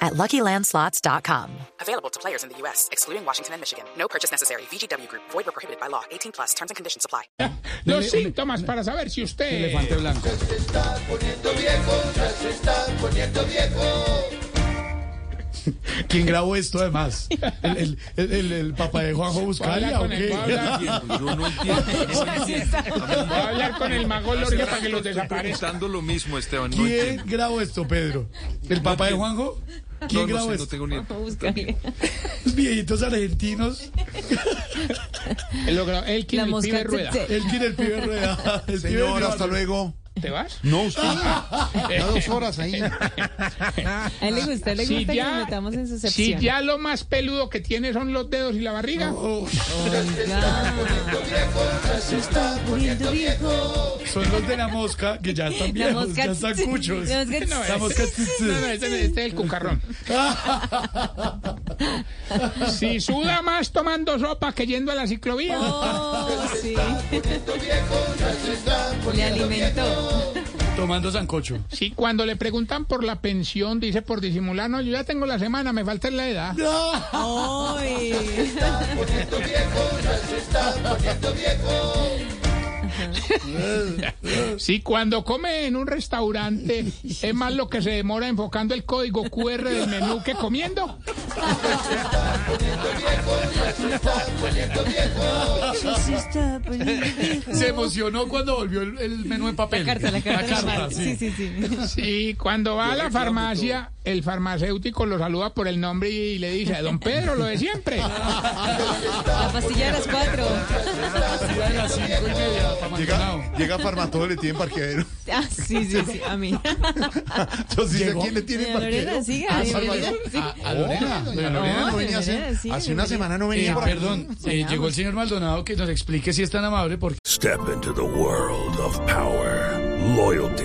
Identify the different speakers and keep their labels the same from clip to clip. Speaker 1: at luckylandslots.com.
Speaker 2: Available to players in the U.S., excluding Washington and Michigan. No purchase necessary. VGW Group, void or prohibited by law. 18 plus terms and conditions apply.
Speaker 3: Los síntomas para saber si usted.
Speaker 4: Elefante blanco. ¿Quién grabó esto además? ¿El, el, el, el- el papá de Juanjo Buscalia o
Speaker 3: con el-
Speaker 4: qué?
Speaker 3: va a hablar- va a hablar con el mago Lorca para que los desaparezca.
Speaker 5: Preguntando lo mismo, Esteban. No
Speaker 4: ¿Quién
Speaker 5: entiendo.
Speaker 4: grabó esto, Pedro? ¿El papá de Juanjo? ¿Quién
Speaker 5: No, no,
Speaker 4: grabó
Speaker 5: sé, no
Speaker 4: esto?
Speaker 5: tengo ni
Speaker 4: Los viejitos argentinos.
Speaker 3: Él lo gra- Él
Speaker 6: La
Speaker 3: quien el
Speaker 6: mosca
Speaker 3: pibe rueda.
Speaker 6: tse, tse.
Speaker 4: Él tiene el pibe rueda. El pibe rueda.
Speaker 7: luego.
Speaker 3: ¿Te vas?
Speaker 7: No, usted. Ya dos horas ahí.
Speaker 6: A él le gusta, a él le
Speaker 3: Si
Speaker 6: gusta que
Speaker 3: ya-
Speaker 6: nos metamos en su
Speaker 3: Si
Speaker 6: sección.
Speaker 3: ya lo más peludo que tiene son los dedos y la barriga.
Speaker 4: Oh, Son los de la mosca que ya están
Speaker 6: La
Speaker 4: viejos,
Speaker 6: mosca
Speaker 4: ya están
Speaker 6: tse,
Speaker 4: cuchos.
Speaker 6: la mosca
Speaker 3: No,
Speaker 6: tse.
Speaker 4: La mosca
Speaker 3: este,
Speaker 4: tse, tse.
Speaker 3: no, no, este, este es el cucarrón. Si suda más tomando sopa que yendo a la ciclovía.
Speaker 6: Oh, sí. Le alimentó.
Speaker 4: Tomando sancocho.
Speaker 3: Si cuando le preguntan por la pensión, dice por disimular, no, yo ya tengo la semana, me falta la edad.
Speaker 6: Ay.
Speaker 3: Si cuando come en un restaurante es más lo que se demora enfocando el código QR del menú que comiendo.
Speaker 4: Se emocionó cuando volvió el, el menú en papel.
Speaker 6: Carta, la carta.
Speaker 4: La carta,
Speaker 6: normal.
Speaker 4: sí.
Speaker 6: sí, sí, sí.
Speaker 3: Si cuando va a la farmacia, el farmacéutico lo saluda por el nombre y le dice, don Pedro, lo de siempre.
Speaker 6: La pastilla de las cuatro.
Speaker 4: Partida de las cinco y media, pa' Maldonado.
Speaker 7: Llega, llega Farmatodo, le tienen parqueadero.
Speaker 6: Ah, sí, sí, sí, a mí.
Speaker 7: Yo sí sé
Speaker 4: Llegó.
Speaker 7: quién le tiene
Speaker 6: Doña Lorena,
Speaker 7: parqueadero.
Speaker 4: Ah,
Speaker 7: Ah,
Speaker 6: siga. doña Lorena.
Speaker 4: A, a Lorena. doña
Speaker 7: Doña Lorena
Speaker 6: No,
Speaker 7: no venía
Speaker 6: doña
Speaker 7: hace,
Speaker 6: Lorena, sí,
Speaker 7: hace
Speaker 6: doña
Speaker 7: una
Speaker 6: Lorena.
Speaker 7: semana no
Speaker 4: Eh,
Speaker 7: venía por aquí.
Speaker 4: perdón, eh, llegó el señor Maldonado que nos explique si es tan amable porque
Speaker 8: Step into the world of power, loyalty,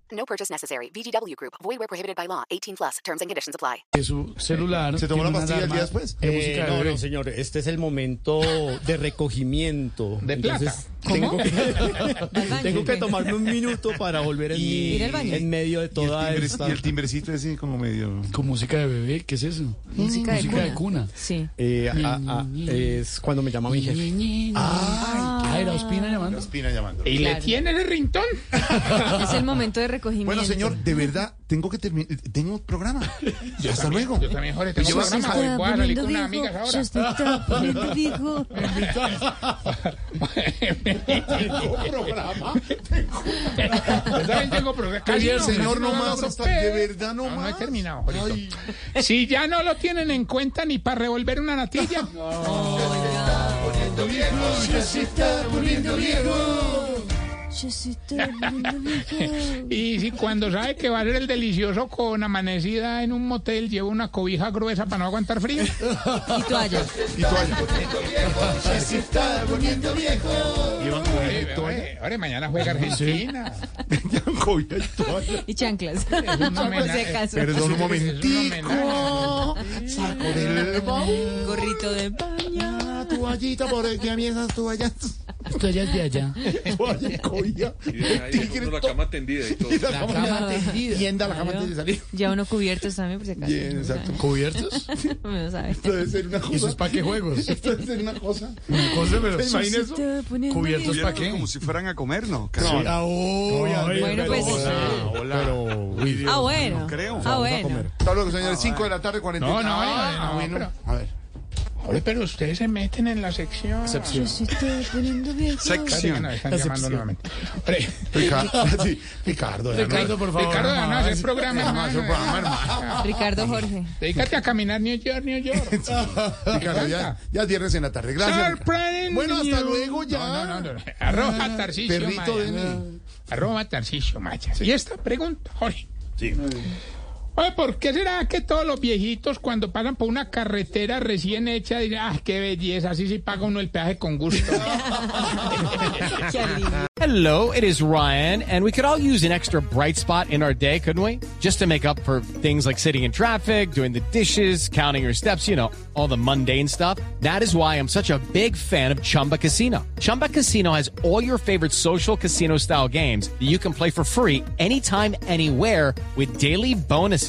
Speaker 2: No purchase necessary. VGW Group, void where prohibited by law. 18 plus terms and conditions apply.
Speaker 4: su celular.
Speaker 7: ¿Se tomó
Speaker 4: tiene
Speaker 7: la
Speaker 4: una
Speaker 7: pastilla el
Speaker 4: alarma
Speaker 7: día después? Eh,
Speaker 4: de música de
Speaker 9: Eh, no,
Speaker 4: bebé.
Speaker 9: no, señor, este es el momento de recogimiento.
Speaker 3: De
Speaker 9: plata. Tengo
Speaker 6: baño,
Speaker 9: que, tengo que
Speaker 6: ¿qué?
Speaker 9: tomarme un minuto para volver en, mi-
Speaker 6: al baño.
Speaker 9: en medio de
Speaker 7: Y el,
Speaker 9: toda
Speaker 7: timbre-
Speaker 9: esta...
Speaker 7: y el timbrecito así como medio.
Speaker 4: Con música de bebé, ¿qué es eso?
Speaker 6: Mm. Música de
Speaker 4: música de
Speaker 6: cuna.
Speaker 4: cuna.
Speaker 6: Sí.
Speaker 9: Eh, a- a- es cuando me llama mi jefe.
Speaker 4: Ah, era Ospina llamando.
Speaker 7: Espina llamando.
Speaker 3: ¿Y le tiene el rintón?
Speaker 6: Es el momento de recogimiento.
Speaker 7: Bueno, señor, de verdad, tengo que terminar. Tengo un programa. Hasta luego.
Speaker 3: Yo también, Jorge, tengo
Speaker 7: Yo sí
Speaker 3: programa.
Speaker 7: estaba
Speaker 3: Voy a salir con unas amigas ahora. Yo también tengo programa. Casi
Speaker 4: bien,
Speaker 3: no,
Speaker 7: Señor,
Speaker 3: casi no
Speaker 7: no más,
Speaker 3: logro,
Speaker 7: hasta de
Speaker 3: pero-
Speaker 7: verdad no
Speaker 3: No, no he
Speaker 7: más.
Speaker 3: terminado, Jorito. Si ya no lo tienen en cuenta ni para revolver una natilla. Y si cuando sabe que va a ser el delicioso con amanecida en un motel, lleva una cobija gruesa para no aguantar frío.
Speaker 7: Eh,
Speaker 6: Y toalla.
Speaker 7: Y toalla. Llevan cobija y toalla.
Speaker 3: Oye, oye, mañana juega Argentina.
Speaker 7: Llevan cobija y toalla.
Speaker 6: Y chanclas.
Speaker 3: un
Speaker 6: Por si
Speaker 3: homenaje.
Speaker 6: acaso.
Speaker 7: Perdón un
Speaker 3: Es un
Speaker 7: momentico. Saco del baúl
Speaker 6: Gorrito de baño.
Speaker 7: la Ah, toallita porque a mí esas toallas.
Speaker 4: Estrellas de allá.
Speaker 7: Toalla y cobija.
Speaker 5: Con la cama tendida y todo.
Speaker 7: La cama tendida. Tienda la cama tendida. salir.
Speaker 6: Ya uno cubierto también, por si acaso.
Speaker 7: Bien, exacto.
Speaker 4: ¿Cubiertos?
Speaker 6: No sabe.
Speaker 7: Debe ser una cosa.
Speaker 4: ¿Y eso es para qué juegos?
Speaker 7: Esto debe ser una cosa.
Speaker 4: Cosa, pero-
Speaker 7: ¿Te imaginas eso?
Speaker 4: ¿Cubiertos para qué?
Speaker 7: Como si fueran a comer, ¿no? Casi.
Speaker 4: Ah, uy, Alberto.
Speaker 6: Bueno, pues. Ah, bueno. Ah, bueno.
Speaker 7: Hasta luego, señores. 5 de la tarde, 40.
Speaker 3: No, no, no, no,
Speaker 7: Ah,
Speaker 3: no,
Speaker 7: bueno.
Speaker 3: pero-
Speaker 7: A ver.
Speaker 3: Hombre, pero ustedes se meten en la sección.
Speaker 6: Yo sí estoy poniendo bien.
Speaker 3: Parece que nos están
Speaker 4: La
Speaker 3: llamando
Speaker 4: sección.
Speaker 3: nuevamente. Hombre,
Speaker 7: Ricardo, sí, Ricardo, ya no-
Speaker 4: Ricardo, por favor.
Speaker 3: Ricardo,
Speaker 4: no
Speaker 3: no,
Speaker 4: más.
Speaker 3: ese programa,
Speaker 7: no más,
Speaker 3: hermano,
Speaker 7: un programa, hermano.
Speaker 6: Ricardo Jorge.
Speaker 3: Dedícate a caminar New York, New York.
Speaker 7: Ricardo, ya, ya es viernes en la tarde. Gracias. Ricardo.
Speaker 3: Sorprending
Speaker 7: Bueno, hasta
Speaker 3: you.
Speaker 7: luego ya. Ah,
Speaker 3: No, no, no, no. Arroba Tarcisio
Speaker 7: Perrito
Speaker 3: Maya.
Speaker 7: de mí.
Speaker 3: Arroba Tarcisio Maya. Y esta pregunta, Jorge. Oye, ¿por qué será que todos los viejitos cuando pasan por una carretera recién hecha dicen, ah, qué belleza, así sí paga uno el peaje con gusto?
Speaker 10: Hello, it is Ryan, and we could all use an extra bright spot in our day, couldn't we? Just to make up for things like sitting in traffic, doing the dishes, counting your steps, you know, all the mundane stuff. That is why I'm such a big fan of Chumba Casino. Chumba Casino has all your favorite social casino style games that you can play for free anytime, anywhere with daily bonuses.